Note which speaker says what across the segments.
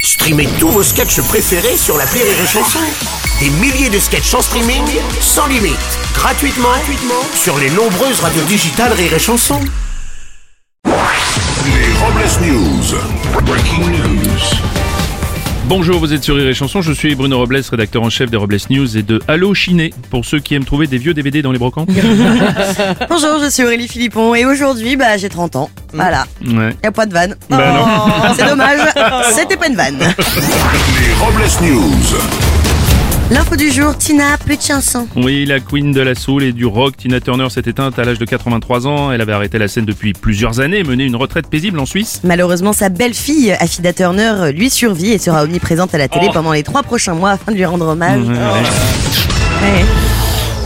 Speaker 1: Streamez tous vos sketchs préférés sur la Rire et Chanson. Des milliers de sketchs en streaming, sans limite, gratuitement, gratuitement sur les nombreuses radios digitales Rire et Chanson.
Speaker 2: Les Robles News. Breaking news.
Speaker 3: Bonjour, vous êtes sur Rire et Chanson, je suis Bruno Robles, rédacteur en chef des Robles News et de Allo Chiné, pour ceux qui aiment trouver des vieux DVD dans les brocantes.
Speaker 4: Bonjour, je suis Aurélie Philippon et aujourd'hui, bah, j'ai 30 ans. Voilà.
Speaker 3: Ouais.
Speaker 4: Y a pas de vanne.
Speaker 3: Bah
Speaker 4: Oh, c'est dommage. C'était pas une vanne.
Speaker 2: Les Robles News.
Speaker 4: L'info du jour, Tina, plus de chansons.
Speaker 3: Oui, la queen de la soul et du rock, Tina Turner, s'est éteinte à l'âge de 83 ans. Elle avait arrêté la scène depuis plusieurs années et mené une retraite paisible en Suisse.
Speaker 4: Malheureusement, sa belle-fille, Afida Turner, lui survit et sera omniprésente à la télé pendant les trois prochains mois afin de lui rendre
Speaker 3: Mm.
Speaker 4: hommage. Ouais.
Speaker 3: Ah.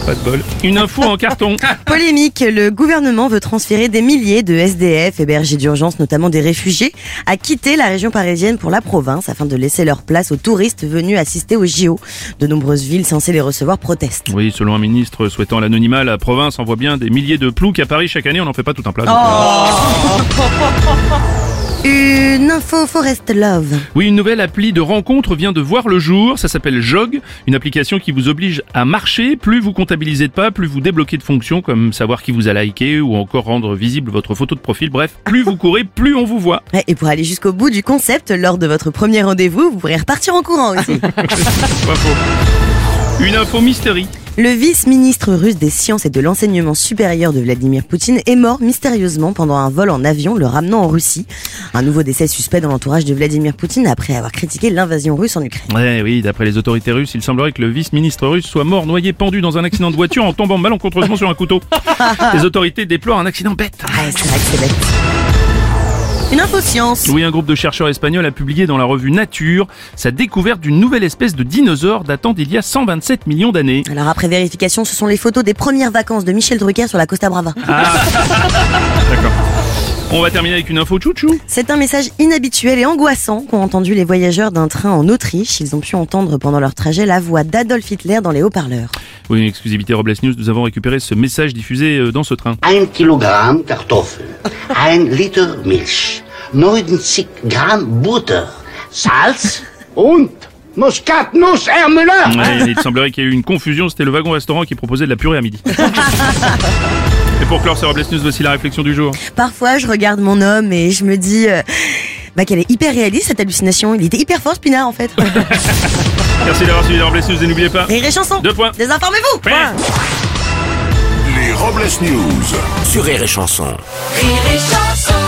Speaker 3: Pas de bol. Une info en carton.
Speaker 4: Polémique, le gouvernement veut transférer des milliers de SDF hébergés d'urgence, notamment des réfugiés, à quitter la région parisienne pour la province afin de laisser leur place aux touristes venus assister aux JO. De nombreuses villes censées les recevoir protestent.
Speaker 3: Oui, selon un ministre souhaitant l'anonymat, la province envoie bien des milliers de ploucs à Paris chaque année, on n'en fait pas tout un plat. donc, euh,
Speaker 4: Une info Forest Love.
Speaker 3: Oui, une nouvelle appli de rencontre vient de voir le jour. Ça s'appelle Jog, une application qui vous oblige à marcher. Plus vous comptabilisez de pas, plus vous débloquez de fonctions comme savoir qui vous a liké ou encore rendre visible votre photo de profil. Bref, plus vous courez, plus on vous voit.
Speaker 4: Ouais, Et pour aller jusqu'au bout du concept, lors de votre premier rendez-vous, vous pourrez repartir en courant aussi.
Speaker 3: C'est pas faux. Une info mystérie.
Speaker 4: Le vice-ministre russe des sciences et de l'enseignement supérieur de Vladimir Poutine est mort mystérieusement pendant un vol en avion le ramenant en Russie. Un nouveau décès suspect dans l'entourage de Vladimir Poutine après avoir critiqué l'invasion russe en Ukraine.
Speaker 3: Ouais, Eh oui, d'après les autorités russes, il semblerait que le vice-ministre russe soit mort noyé pendu dans un accident de voiture en tombant malencontreusement sur un couteau. Les autorités déplorent un accident bête.
Speaker 4: Ouais, c'est vrai que c'est bête. Une info science.
Speaker 3: Oui, un groupe de chercheurs espagnols a publié dans la revue Nature sa découverte d'une nouvelle espèce de dinosaure datant d'il y a 127 millions d'années.
Speaker 4: Alors après vérification, ce sont les photos des premières vacances de Michel Drucker sur la Costa Brava.
Speaker 3: On va terminer avec une info chouchou.
Speaker 4: C'est un message inhabituel et angoissant qu'ont entendu les voyageurs d'un train en Autriche. Ils ont pu entendre pendant leur trajet la voix d'Adolf Hitler dans les haut-parleurs.
Speaker 3: Oui, une exclusivité Robles News, nous avons récupéré ce message diffusé euh, dans ce train.
Speaker 5: Ein Kilogramm Kartoffeln, ein Liter Milch, 90 Gramm Butter, Salz und Muskatnuss, Herr Müller!
Speaker 3: Ouais, il semblerait qu'il y ait eu une confusion, c'était le wagon restaurant qui proposait de la purée à midi. Et pour clore ce Robles News, voici la réflexion du jour.
Speaker 4: Parfois, je regarde mon homme et je me dis euh, bah, qu'elle est hyper réaliste cette hallucination. Il était hyper fort, ce pinard en fait.
Speaker 3: Merci d'avoir suivi les Robles News et n'oubliez pas...
Speaker 4: Rire et chanson.
Speaker 3: Deux points.
Speaker 4: Désinformez-vous.
Speaker 3: Point.
Speaker 2: Les Robles News.
Speaker 1: Sur Rire et Chanson.
Speaker 6: Rire et chanson.